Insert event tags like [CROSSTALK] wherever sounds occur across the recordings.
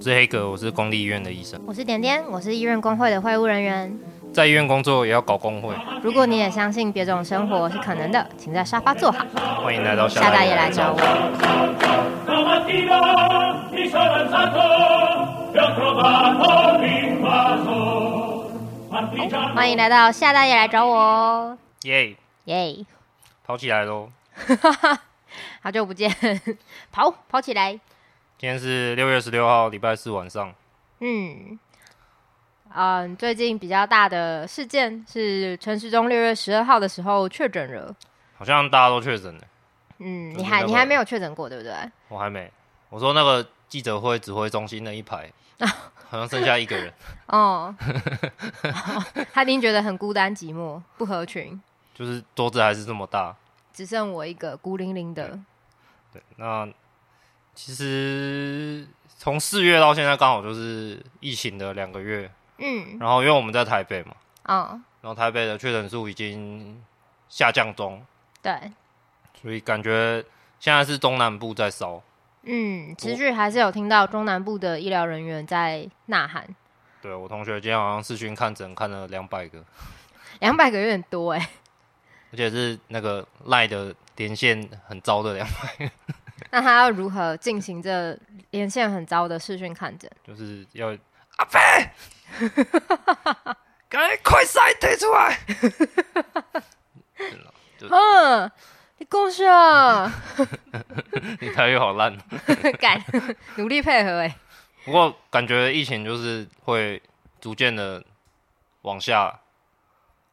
是黑格，我是公立医院的医生，我是点点，我是医院工会的会务人员。在医院工作也要搞工会。如果你也相信别种生活是可能的，请在沙发坐好，欢迎来到下大夜来找我。 Stamattina mi sono alzato e ho trovato l'invasor. Partigiano 欢迎来到下大夜来找我哦，耶耶！ [LAUGHS] 跑起来喽！好久不见，跑跑起来，今天是六月十六号，礼拜四晚上。嗯。嗯，最近比较大的事件是陈时中六月十二号的时候确诊了。好像大家都确诊了，嗯，就是你还那你个还没有确诊过，对不对？我还没。我说那个记者会指挥中心那一排，好像剩下一个人，哦，他一定觉得很孤单寂寞，不合群，就是桌子还是这么大。只剩我一个孤零零的。对，那其实从四月到现在，刚好就是疫情的两个月。嗯，然后因为我们在台北嘛，哦，然后台北的确诊数已经下降中，对，所以感觉现在是中南部在烧。嗯，持续还是有听到中南部的医疗人员在呐喊，对我同学今天好像视讯看诊看了两百个，两百个有点多哎、而且是那个赖的连线很糟的两，那他要如何进行这连线很糟的视讯看诊？就是要阿飞，赶紧快塞推出来。嗯，你恭喜 [LAUGHS] 啊，你台语好烂，哦干，努力配合哎、不过感觉疫情就是会逐渐的往下，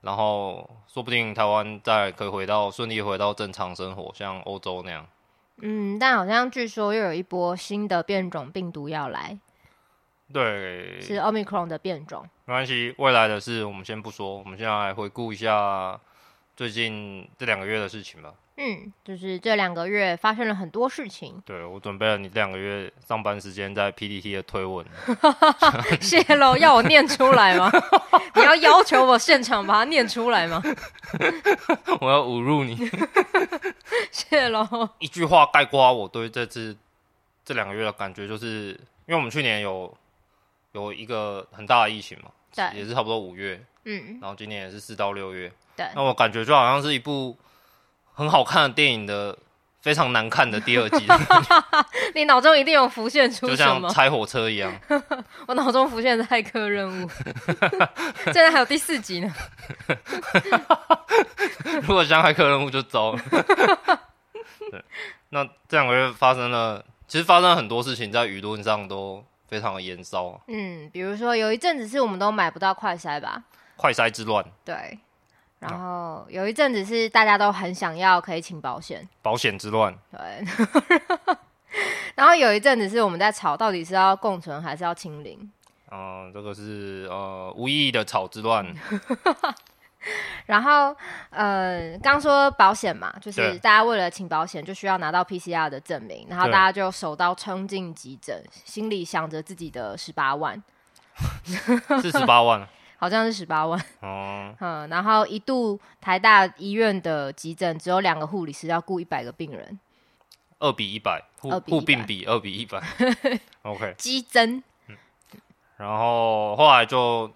然后说不定台湾再可以回到顺利回到正常生活，像欧洲那样。嗯，但好像据说又有一波新的变种病毒要来，对，是 Omicron 的变种。没关系，未来的事我们先不说，我们现在来回顾一下最近这两个月的事情吧。，嗯，就是这两个月发生了很多事情 [LAUGHS] 对我准备了你这两个月上班时间在 PPT 的推文， [LAUGHS] 谢喽，要我念出来 [LAUGHS] 吗？你要要求我现场把它念出来吗？我要侮辱你，谢喽，一句话概括我对这次这两个月的感觉，就是因为我们去年有有一个很大的疫情嘛，也对，是差不多五月，嗯， [LAUGHS] 然后今年也是四到六月，对那我感觉就好像是一部很好看的电影的非常难看的第二 [LAUGHS] 季，你脑中一定有浮现出就什像么？拆火车一样。我脑中浮现的骇客任务， [LAUGHS] 现在还有第四集呢。 [LAUGHS] 如果想骇客任务就糟了。 [LAUGHS] 对，那这两个月发生了，其实发生了很多事情，在舆论上都非常的延烧啊，嗯，比如说有一阵子是我们都买不到快筛吧，快筛之乱，对，然后有一阵子是大家都很想要可以请保险，保险之乱，对。 [LAUGHS] 然后有一阵子是我们在吵，到底是要共存还是要清零？嗯、这个是呃无意义的草之乱，然后，呃，刚说保险嘛，就是对大家为了请保险，就需要拿到 PCR 的证明，然后对大家就手刀冲进急诊，心里想着自己的十八万，四十八万，好像是十八万， [LAUGHS] 嗯，嗯，然后一度台大医院的急诊只有两个护理师要顾一百个病人，二比一百，互2比100互并比二比一百，OK，激增，然后后来就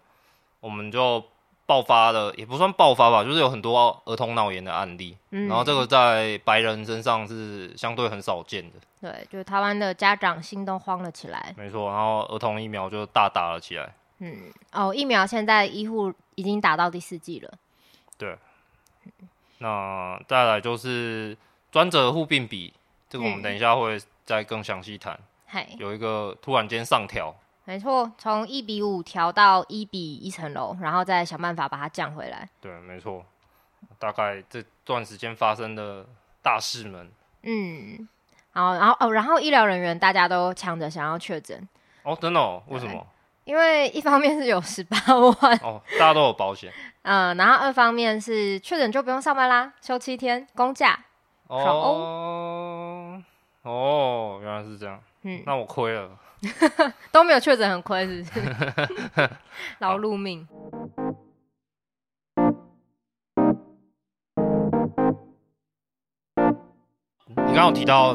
我们就爆发了，也不算爆发吧，就是有很多儿童脑炎的案例，嗯，然后这个在白人身上是相对很少见的。对，就是台湾的家长心都慌了起来，没错，然后儿童疫苗就大打了起来。嗯，哦，疫苗现在医护已经打到第四季了，那再来就是专责护病比，这个我嗯们等一下会再更详细谈。嘿，有一个突然间上调，没错，从一比五调到一比一层楼，然后再想办法把它降回来。对，没错，大概这段时间发生的大事们。嗯，好，然后哦，然后医疗人员大家都抢着想要确诊，哦，真的哦？为什么？因为一方面是有十八万，哦，大家都有保险。嗯、然后二方面是确诊就不用上班啦，休七天公假。爽哦，哦，原来是这样。嗯，那我亏了。都没有确诊很亏，是不是？ [LAUGHS] 劳碌命。你刚刚有提到，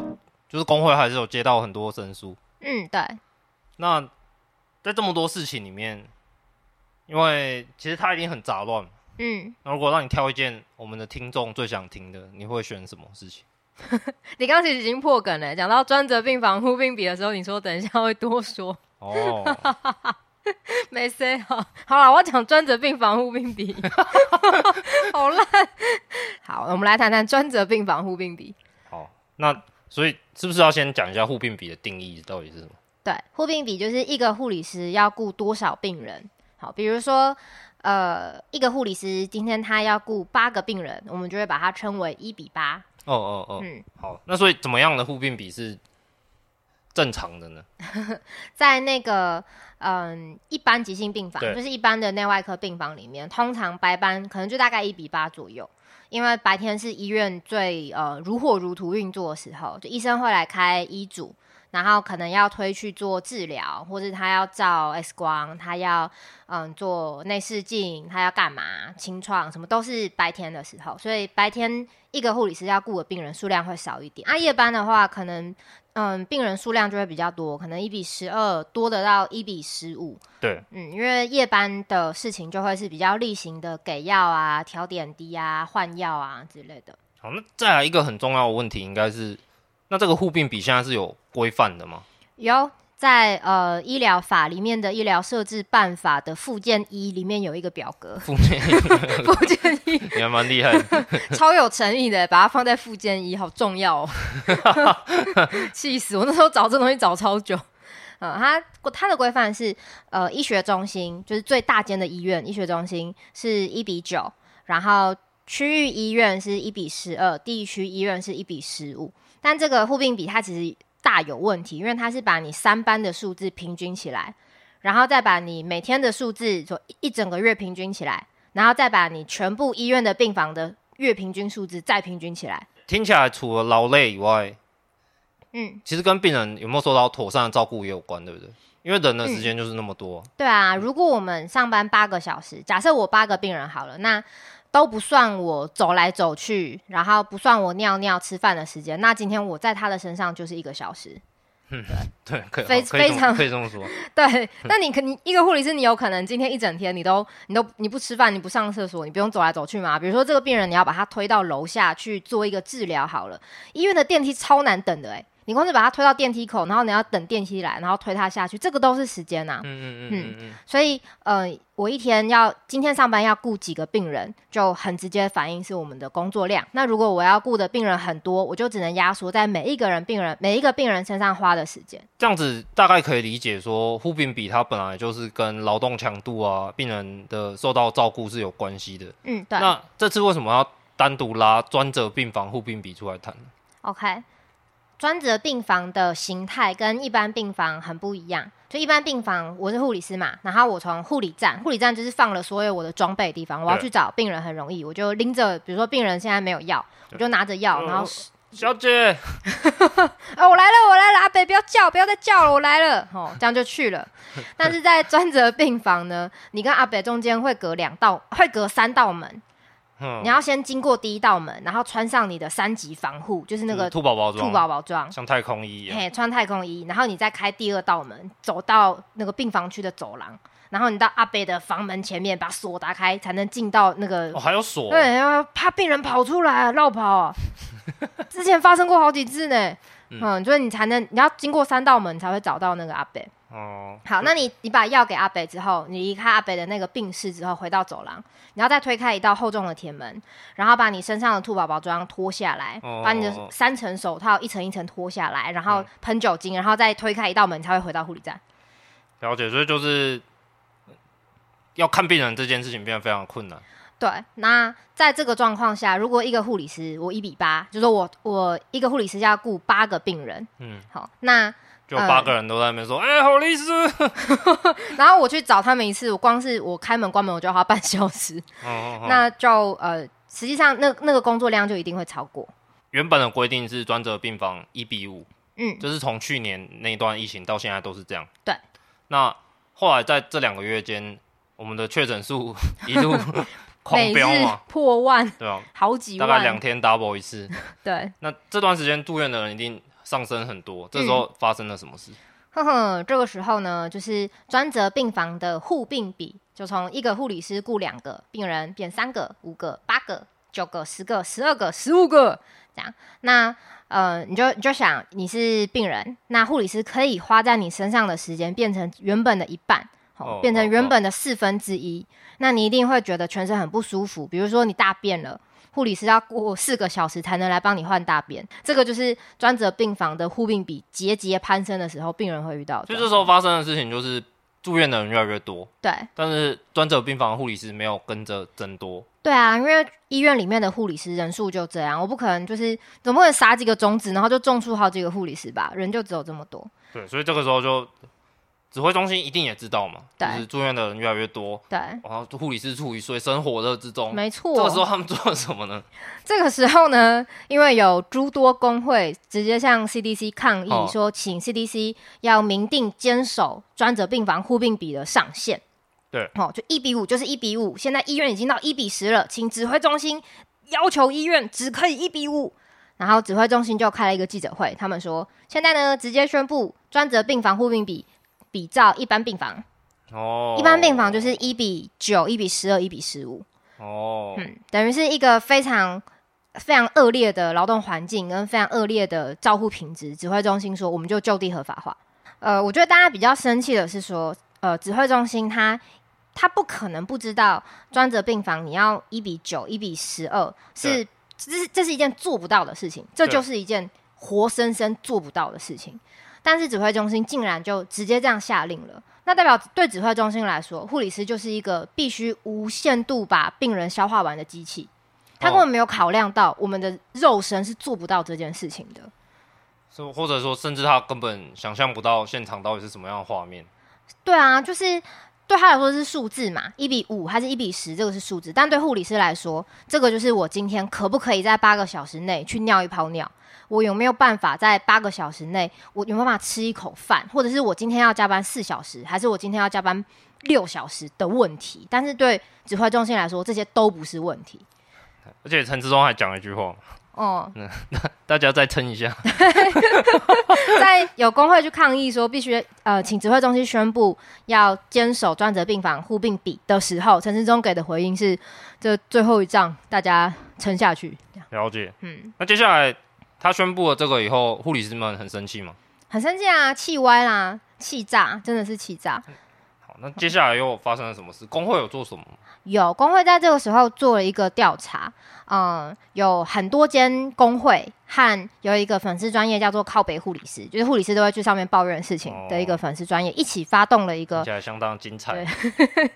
就是工会还是有接到很多申诉。 [LAUGHS] 嗯，对，那在这么多事情里面，因为其实它已经很杂乱嘛，嗯，那如果让你挑一件我们的听众最想听的，你会选什么事情？你刚刚其实已经破梗了，讲到专责病房护病比的时候，你说等一下会多说，哦， [LAUGHS] 没塞好。好了，我要讲专责病房护病比， [LAUGHS] 好烂。 [LAUGHS] 好，我们来谈谈专责病房护病比。好，那所以是不是要先讲一下护病比的定义到底是什么？对，护病比就是一个护理师要顾多少病人。好，比如说，呃，一个护理师今天他要顾八个病人，我们就会把它称为一比八。哦哦哦，嗯，好，那所以怎么样的护病比是正常的呢？在那个嗯一般急性病房，对就是一般的内外科病房里面，通常白班可能就大概一比八左右，因为白天是医院最呃如火如荼运作的时候，就医生会来开医嘱。然后可能要推去做治疗，或者他要照 X 光，他要嗯做内视镜，他要干嘛清创，什么都是白天的时候，所以白天一个护理师要顾的病人数量会少一点。啊，夜班的话，可能嗯，病人数量就会比较多，可能一比十二多得到一比十五。对，嗯，因为夜班的事情就会是比较例行的，给药啊、调点滴啊、换药啊之类的。好，那再来一个很重要的问题，应该是那这个护病比现在是有规范的 [LAUGHS] 吗？，有在呃医疗法里面的《医疗设置办法》的附件一里面有一个表格附件附件一 [LAUGHS] 你还蛮厉害的， [LAUGHS] 超有诚意的，把它放在附件一，好重要哦， [LAUGHS] 气死我！那时候找这东西找超久。嗯，它它的规范是，呃，医学中心就是最大间的医院，医学中心是一比九，然后区域医院是一比十二，地区医院是一比十五。但这个护病比它其实大有问题，因为它是把你三班的数字平均起来，然后再把你每天的数字所一整个月平均起来，然后再把你全部医院的病房的月平均数字再平均起来。听起来除了劳累以外，嗯，其实跟病人有没有受到妥善的照顾也有关，对不对？因为人的时间就是那么多，对啊，如果我们上班八个小时，假设我八个病人好了，那都不算我走来走去，然后不算我尿尿、吃饭的时间，那今天我在他的身上就是一个小时。 [LAUGHS] 对，可以非可以这非么常可以这么说， [LAUGHS] 对，那你可你一个护理师，你有可能今天一整天你都你都你不吃饭，你不上厕所，你不用走来走去嘛？比如说这个病人，你要把他推到楼下去做一个治疗好了，医院的电梯超难等的诶、你光是把他推到电梯口，然后你要等电梯来，然后推他下去，这个都是时间呐、啊嗯嗯嗯嗯嗯，所以，呃，我一天要今天上班要顾几个病人，就很直接反映是我们的工作量。那如果我要顾的病人很多，我就只能压缩在每一个人病人每一个病人身上花的时间。这样子大概可以理解说，护病比它本来就是跟劳动强度啊、病人的受到照顾是有关系的。嗯，对。那这次为什么要单独拉专责病房护病比出来谈呢？ OK，专责病房的形态跟一般病房很不一样。就一般病房，我是护理师嘛，然后我从护理站，护理站就是放了所有我的装备的地方，我要对去找病人很容易，我就拎着，比如说病人现在没有药，我就拿着药，然后小姐， [LAUGHS] 哦，我来了，我来了，阿北不要叫，不要再叫了，我来了，哦，这样就去 [LAUGHS] 了。但是在专责病房呢，你跟阿北中间会隔两道，会隔三道门，嗯你要先经过第一道门，然后穿上你的三级防护，就是那就个是兔宝宝兔装，宝宝装，像太空衣一样，嘿，穿太空衣，然后你再开第二道门，走到那个病房区的走廊，然后你到阿北的房门前面，把锁打开，才能进到那个哦，还有锁，对，要怕病人跑出来绕跑、啊，之前发生过好几次呢。嗯，所以你才能，你要经过三道门才会找到那个阿北。哦，好，那你你把药给阿北之后，你离开阿北的那个病室之后，回到走廊，你要再推开一道厚重的铁门，然后把你身上的兔宝宝装脱下来，哦把你的三层手套一层一层脱下来，然后喷酒精，然后再推开一道门，你才会回到护理站。了解，所以就是要看病人这件事情变得非常困难。对，那在这个状况下，如果一个护理师，我一比八，就说我我一个护理师要顾八个病人，嗯，好，那就嗯八个人都在那边说：“哎、好律 [LAUGHS] 师。然后我去找他们一次，我光是我开门关门我就要花半小时，哦”哦哦那就呃，实际上那那个工作量就一定会超过，原本的规定是专责病房一比五，嗯，就是从去年那段疫情到现在都是这样。对。那后来在这两个月间，我们的确诊 [LAUGHS] 数一路狂每飙日嘛，破万，对吧？好几大概两万，天 double 一次。对，嗯那这段时间住院的人一定上升很多，这时候发生了什么事？ [LAUGHS] 哼哼，这个时候呢，就是专责病房的护病比就从一个护理师雇两个病人变三个、五个、八个、九个、十个、十二个、十五个这样。那呃，你就你就想你是病人，那护理师可以花在你身上的时间变成原本的一半。哦哦变成哦原哦本的四分之一，那你一定会觉得全身很不舒服。比如说你大便了，护理师要过四个小时才能来帮你换大便，这个就是专责病房的护病比节节攀升的时候，病人会遇到的所状况。以这时候发生的事情就是住院的人越来越多，对但是专责病房的护理师没有跟着增多。对啊，因为医院里面的护理师人数就这样，我不可能就是总不能撒几个种子，然后就种出好几个护理师吧，人就只有这么多。对，所以这个时候就指挥中心一定也知道嘛，就对是住院的人越来越多，对，然后护理师处于水深火热之中。没这错。个时候他们做了什么呢？这个时候呢，因为有诸多工会直接向 CDC 抗议哦，说请 CDC 要明定坚守专责病房护病比的上限。对，哦，就一比五就是一比五，现在医院已经到一比十了，请指挥中心要求医院只可以一比五。然后指挥中心就开了一个记者会，他们说现在呢直接宣布专责病房护病比比照一般病房，哦，一般病房就是一比九、一比十二、一比十五。哦，嗯，等于是一个非常非常恶劣的劳动环境跟非常恶劣的照护品质。指挥中心说，我们就就地合法化。呃，我觉得大家比较生气的是说，呃，指挥中心他他不可能不知道专责病房你要一比九、一比十二是这是这是一件做不到的事情，这对就是一件活生生做不到的事情。但是指挥中心竟然就直接这样下令了，那代表对指挥中心来说，护理师就是一个必须无限度把病人消化完的机器，他根本没有考量到我们的肉身是做不到这件事情的。是或者说甚至他根本想象不到现场到底是什么样的画面。对啊，就是对他来说是数字嘛，一比五还是一比十，这个是数字。但对护理师来说，这个就是我今天可不可以在八个小时内去尿一泡尿，我有没有办法在八个小时内，我有没有办法吃一口饭，或者是我今天要加班四小时，还是我今天要加班六小时的问题。但是对指挥中心来说，这些都不是问题。而且陈志忠还讲了一句话，哦、大家再撑一下。 [LAUGHS] 在有工会去抗议说必须呃，请指挥中心宣布要坚守专责病房护病比的时候，陈世忠给的回应是：这最后一仗，大家撑下去。这样了解。嗯，那接下来他宣布了这个以后，护理师们很生气嘛？很生气啊，气歪啦，气炸，真的是气炸。好，那接下来又发生了什么事？工会有做什么吗？有工会在这个时候做了一个调查，嗯，有很多间工会和有一个粉丝专业叫做靠北护理师，就是护理师都会去上面抱怨事情的一个粉丝专业，一起发动了一个听起来相当精彩呃对。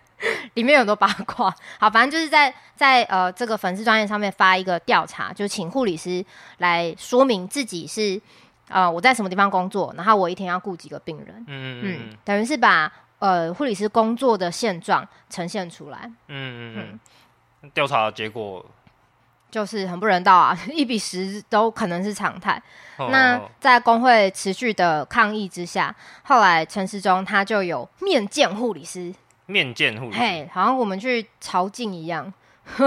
里面有很多八卦。 [LAUGHS] 好，反正就是在在呃这个粉丝专业上面发一个调查，就请护理师来说明自己是呃我在什么地方工作，然后我一天要顾几个病人。嗯嗯嗯，等于是把呃护理师工作的现状呈现出来，嗯嗯嗯。调查结果，就是很不人道啊， [LAUGHS] 一比十都可能是常态。哦那在工会持续的抗议之下，后来陈世忠他就有面见护理师，面见护理师，嘿，好像我们去朝觐一样，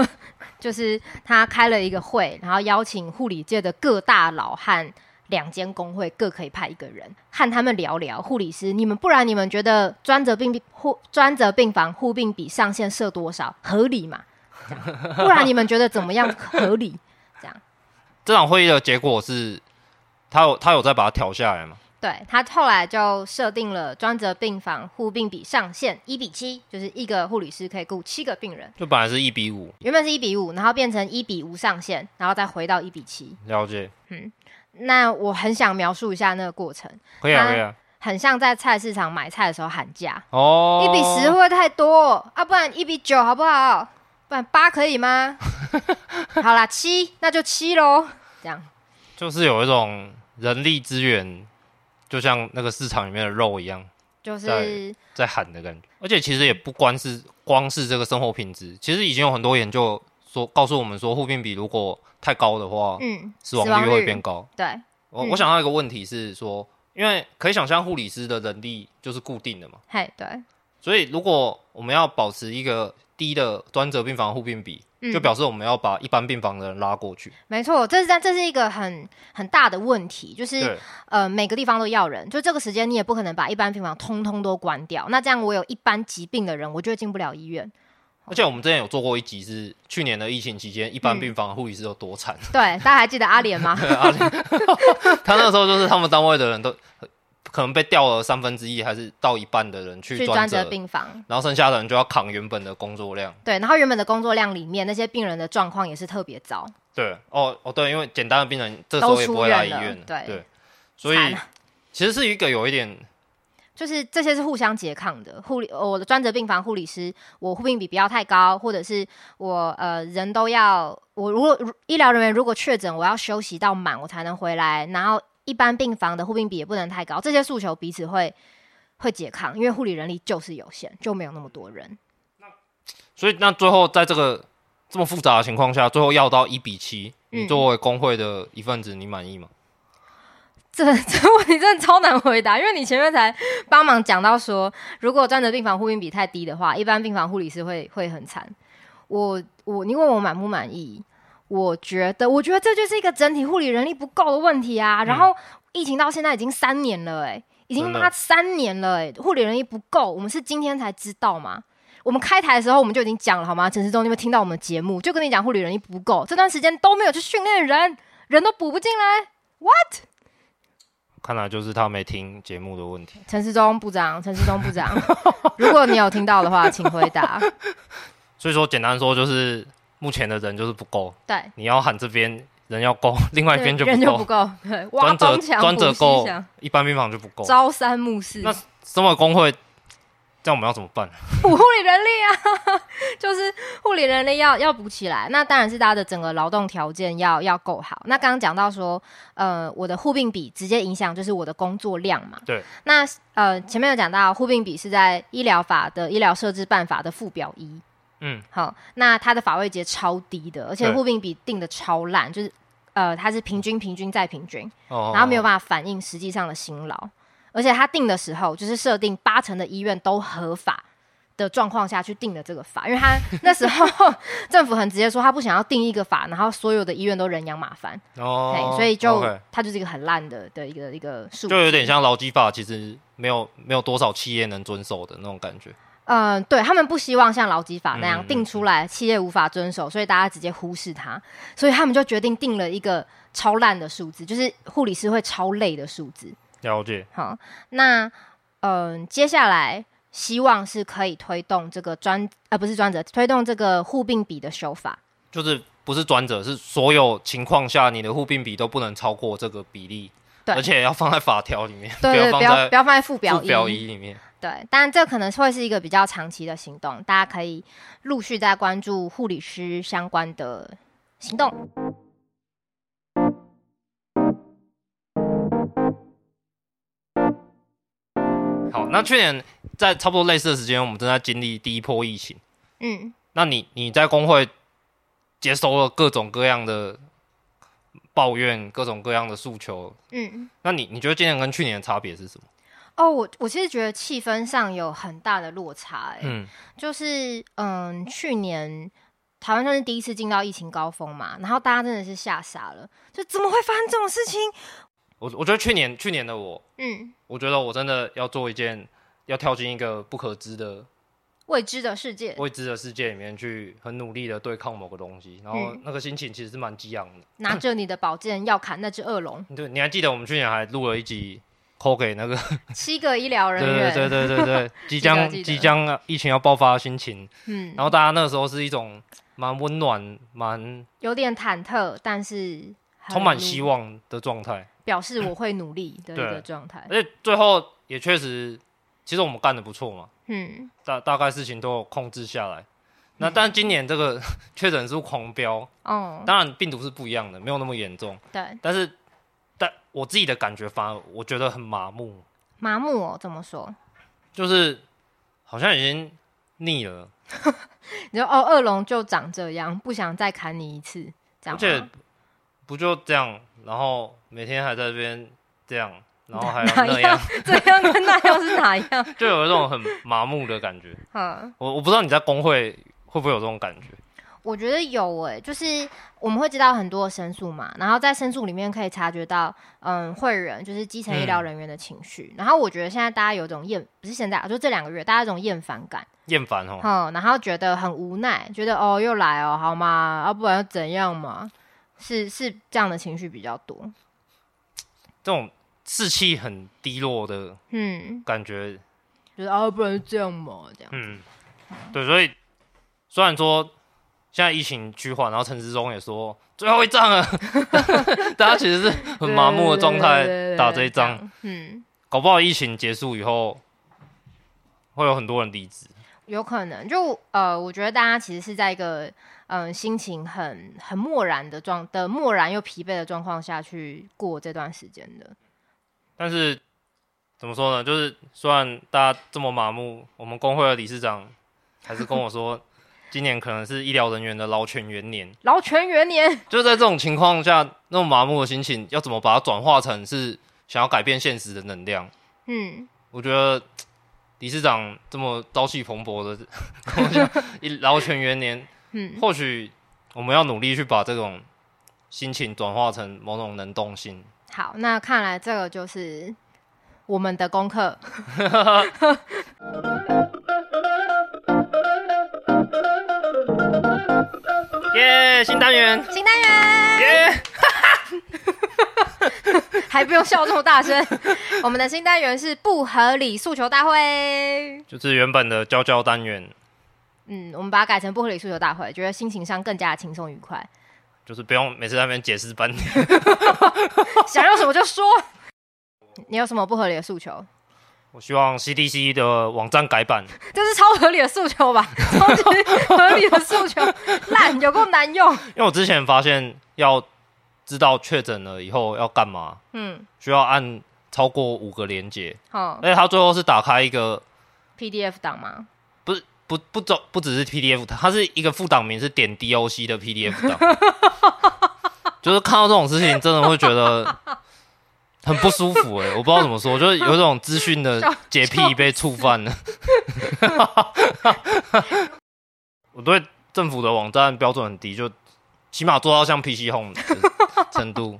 [LAUGHS] 就是他开了一个会，然后邀请护理界的各大佬和两间工会各可以派一个人，和他们聊聊护理师，你们不然你们觉得专责病护专责病房护病比上限设多少合理嘛？这样不然你们觉得怎么样合理？这场会议的结果是，他有他有再把它调下来嘛？对他后来就设定了专责病房护病比上限一比七，就是一个护理师可以雇七个病人，就本来是一比五，原本是一比五，然后变成一比无上限，然后再回到一比七。了解，那我很想描述一下那个过程，可以啊他可以啊。很像在菜市场买菜的时候喊价，哦，一、比十会不会太多啊？不然一比九好不好？不然八可 [LAUGHS] 以吗？好啦，七那就七喽，这样就是有一种人力资源，就像那个市场里面的肉一样。就是对在喊的感觉。而且其实也不光是光是这个生活品质，其实已经有很多研究说告诉我们说，护病比如果太高的话，嗯，哦死亡率会变高。对我、嗯我想到一个问题是说，因为可以想象护理师的能力就是固定的嘛，嘿对所以如果我们要保持一个低的专责病房护病比，嗯就表示我们要把一般病房的人拉过去。没错，这是这是一个很很大的问题，就是对呃每个地方都要人，就这个时间你也不可能把一般病房通通都关掉，那这样我有一般疾病的人，我就会进不了医院。而且我们之前有做过一集是去年的疫情期间，一般病房护理师有多惨。 [LAUGHS] 啊对，大家还记得阿莲吗？他那时候就是他们单位的人都可能被调了三分之一，还是到一半的人 [LAUGHS] 去去专责责，病房，然后剩下的人就要扛原本的工作量。对，然后原本的工作量里面，那些病人的状况也是特别糟，对，哦哦，对，因为简单的病人这时候也不会来医都出院院了对所以惨啊其实是一个有一点就是这些是互相拮抗的。护理，呃我的专责病房护理师，我护病比不要太高，或者是我呃人都要，我如果如医疗人员如果确诊，我要休息到满我才能回来，然后一般病房的护病比也不能太高，这些诉求彼此会会拮抗，因为护理人力就是有限，就没有那么多人。所以那最后在这个这么复杂的情况下，最后要到一比七，嗯你作为工会的一份子，你满意吗？这 [LAUGHS] 这个问题真的超难回答，因为你前面才帮忙讲到说，如果专责病房护病比太低的话，一般病房护理师会会很惨。我我你问我满不满意？我觉得，我觉得这就是一个整体护理人力不够的问题啊。然后疫情到现在已经三年了、欸，已经嗯真的妈三年了、欸，护理人力不够，我们是今天才知道吗？我们开台的时候我们就已经讲了好吗？陈世忠，你有没有听到我们的节目？就跟你讲护理人力不够，这段时间都没有去训练人，人都补不进来。看来就是他没听节目的问题。陈世忠部长，陈世忠部长，如果你有听到的话，请回答。所以说，简单说就是目前的人就是不够，对，你要喊这边人要 [LAUGHS] 够，另外一边就人就不不够，够，对，挖专责东墙专补责西够墙，，一般病房就不够。朝三暮四，那身为工会，这样我们要怎么办？ [LAUGHS] 补护理人力啊，就是护理人力要要补起来。那当然是大家的整个劳动条件要要够好。那刚刚讲到说，呃，我的护病比直接影响就是我的工作量嘛。对。那呃，前面有讲到护病比是在医疗法的医疗设置办法的附表一。嗯，好，那它的法位节超低的，而且对护病比定的超烂，就是呃，它是平均、平均再平均，哦，然后没有办法反映实际上的辛劳，而且它定的时候就是设定八成的医院都合法。的状况下去定的这个法，因为他那时候政府很直接说他不想要定一个法，然后所有的医院都人仰马翻，哦嘿，所以就嗯 OK 它就是一个很烂的的一个一个数字，就有点像劳基法，其实没有没有多少企业能遵守的那种感觉。嗯，对他们不希望像劳基法那样嗯定出来，企业无法遵守，所以大家直接忽视它，所以他们就决定定了一个超烂的数字，就是护理师会超累的数字。了解，好，那嗯，接下来希望是可以推动这个专呃不是专责，推动这个护病比的修法。就是不是专责，是所有情况下你的护病比都不能超过这个比例，对而且要放在法条里面，对对，放不要在不要放在附表附表一里面。对，但这可能会是一个比较长期的行动，大家可以陆续在关注护理师相关的行动。好，那去年在差不多类似的时间，我们正在经历第一波疫情。嗯，那你你在工会接收了各种各样的抱怨，各种各样的诉求，嗯。那你你觉得今年跟去年的差别是什么？哦，我我其实觉得气氛上有很大的落差、欸，嗯，就是嗯，去年台湾算是第一次进到疫情高峰嘛，然后大家真的是吓傻了，就怎么会发生这种事情？我我觉得去年去年的我，嗯，我觉得我真的要做一件，要跳进一个不可知的未知的世界，未知的世界里面去，很努力的对抗某个东西，然后嗯那个心情其实是蛮激昂的。拿着你的宝剑要砍那只 [LAUGHS] 恶龙，对，你还记得我们去年还录了一集。扣给那个，七个医疗对人员，对对对对 [LAUGHS] 对，即记得将记得即将疫情要爆发的心情，嗯，然后大家那个时候是一种蛮温暖、蛮有点忐忑，但是很充满努希，望的状态，表示我会努力的一个对哎状态，而且最后也确实，其实我们干的不错嘛，嗯，大大概事情都有控制下来。那但今年这个 [LAUGHS] 确诊数狂飙，哦，当然病毒是不一样的，没有那么严重，对，但是但我自己的感觉反而我觉得很麻木，麻木哦，怎么说？就是好像已经腻了，你说哦，恶龙就长这样，不想再砍你一次，这样而吗。且不就这样，然后每天还在这边这样，然后还有 [LAUGHS] 哪那样样，？这样跟那样是哪样？ [LAUGHS] 就有一种很麻木的感觉。嗯，我我不知道你在工会会不会有这种感觉，我觉得有诶、就是我们会接到很多的申诉嘛，然后在申诉里面可以察觉到，嗯，会人就是基层医嗯疗人员的情绪。然后我觉得现在大家有一种厌，不是现在啊，就这两个月大家有一种厌烦感，厌烦哦。嗯，然后觉得很无奈，觉得哦又来哦，好嘛，要、不然又怎样嘛？是是这样的情绪比较多，这种士气很低落的嗯，感觉，就是啊，不然就这样嘛，这样，嗯，对，所以虽然说现在疫情趋缓，然后陈志忠也说最后一仗了， [LAUGHS] 大家其实是很麻木的状态打这一仗，，嗯，搞不好疫情结束以后会有很多人离职，有可能就呃，我觉得大家其实是在一个嗯、呃心情很很漠然的状的漠然又疲惫的状况下去过这段时间的，但是怎么说呢？就是虽然大家这么麻木，我们工会的理事长还是跟我说，今年可能是医疗人员的劳权元年。劳权元年，就在这种情况下，那种麻木的心情要怎么把它转化成是想要改变现实的能量？嗯，我觉得理事长这么朝气蓬勃的 [LAUGHS] 跟我讲，一劳权元年，嗯，或许我们要努力去把这种心情转化成某种能动性。好，那看来这个就是我们的功课。耶、新单元，新单元耶、还不用笑这么大声。 [LAUGHS] 我们的新单元是不合理诉求大会。就是原本的教教单元，嗯，我们把它改成不合理诉求大会，觉得心情上更加轻松愉快。就是不用每次在那边解释半天。想要什么就说。你有什么不合理的诉求？我希望 CDC 的网站改版，这是超合理的诉 [LAUGHS] 求吧？超级合理的诉求，烂有够难用。因为我之前发现要知道确诊了以后要干嘛，嗯，需要按超过五个连接，好、而且它最后是打开一个 p d f 档吗？不是不不走不只是 PDF，它是一个副档名是点 DOC 的 PDF 档， [LAUGHS] 就是看到这种事情真的会觉得。很不舒服哎、我不知道怎么说，就是有一种资讯的笑洁癖被触犯了。 [LAUGHS] 我对政府的网站标准很低，就起码做到像 PC Home 的程度，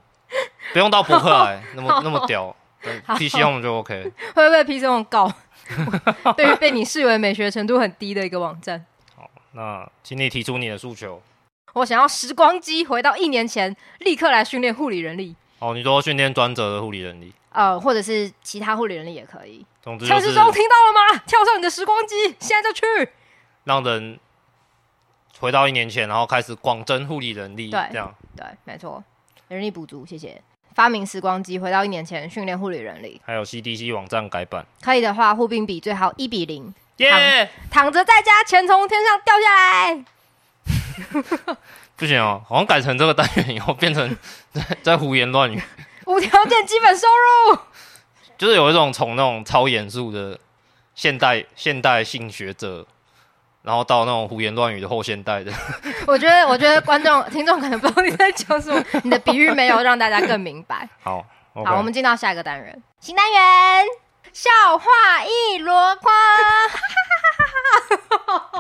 不用到博客来那么那么屌。对 PC Home 就 OK 了。会不会被 PC 网 [LAUGHS] 告？对于被你视为美学程度很低的一个网站。那请你提出你的诉求。我想要时光机回到一年前，立刻来训练护理人力，哦，你说训练专责的护理能力，呃，或者是其他护理人力也可以。总之就陈世是忠听到了吗？跳上你的时光机，现在就去。让人回到一年前，然后开始广征护理能力，对这样对，没错，人力补足，谢谢。发明时光机，回到一年前训练护理人力，还有 CDC 网站改版，可以的话，护病比最好一比零，耶、躺着在家，钱从天上掉下来。不行哦，好像改成这个单元以后，变成 [LAUGHS] 在在胡言乱语，无条件基本收入，就是有一种从那种超严肃的现代现代性学者，然后到那种胡言乱语的后现代的， [LAUGHS] 我觉得，我觉得观众、听众可能不知道你在讲什么，你的比喻没有让大家更明 [LAUGHS] 白。好，OK，好，我们进到下一个单元，新单元笑话一箩筐。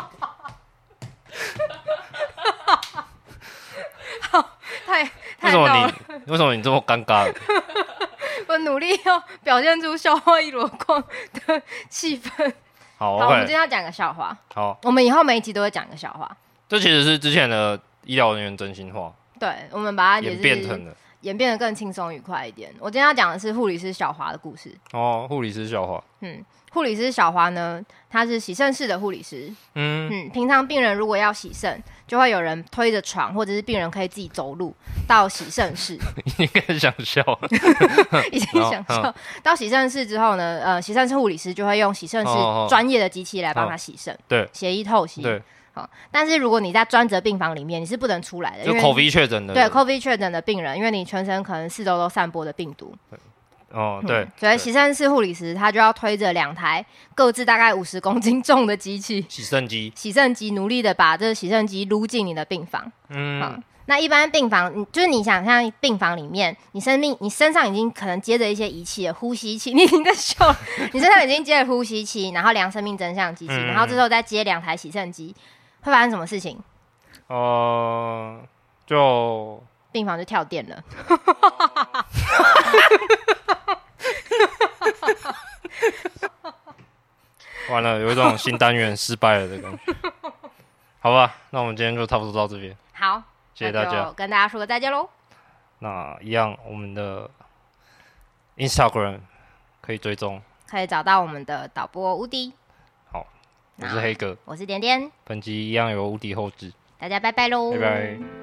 [LAUGHS] 好，太为太什到么了，你为什么你这么尴尬？我努力要表现出笑话一箩筐的气氛。好好，我们今，OK，天要讲个笑话，好，我们以后每一集都会讲个笑话。这其实是之前的医疗人员真心话对，我们把它啊也演是变成的演变得更轻松愉快一点。我今天要讲的是护理师小华的故事。哦，护理师笑话。嗯，护理师小华呢，他是洗肾室的护理师，嗯，嗯，平常病人如果要洗肾，就会有人推着床，或者是病人可以自己走路到洗 [LAUGHS] 肾室。应该想笑。已经想哦笑。到洗肾室之后呢，呃，洗肾室护理师就会用洗肾室哦哦哦专业的机器来帮他洗肾，对血液透析。 [LAUGHS] 对，好、但是如果你在专责病房里面，你是不能出来的，就因为 COVID 确诊的对人。 COVID 确诊的病人，因为你全身可能四周都散播的病毒，哦，对嗯，所以洗肾室护理师他就要推着两台各自大概五十公斤重的机器 [LAUGHS] 洗肾机。洗肾机，努力的把这洗肾机撸进你的病房。嗯嗯，那一般病房，你就是你想象病房里面，你生命你身上已经可能接着一些仪器了，呼吸器，你已 [LAUGHS] 经在笑了，你身上已经接了呼吸器，然后量生命真相机器，嗯然后这时候再接两台洗肾机，会发生什么事情？呃，就病房就跳电了。完了，有一种新单元失败了的感 [LAUGHS] 觉。好吧，那我们今天就差不多到这边，好，谢谢大那家就。跟大家说个再见喽。那一样，我们的 Instagram 可以追踪，可以找到我们的导播无敌，我是黑哥，我是点点，本集一样由无敌后置，大家拜拜喽，拜拜。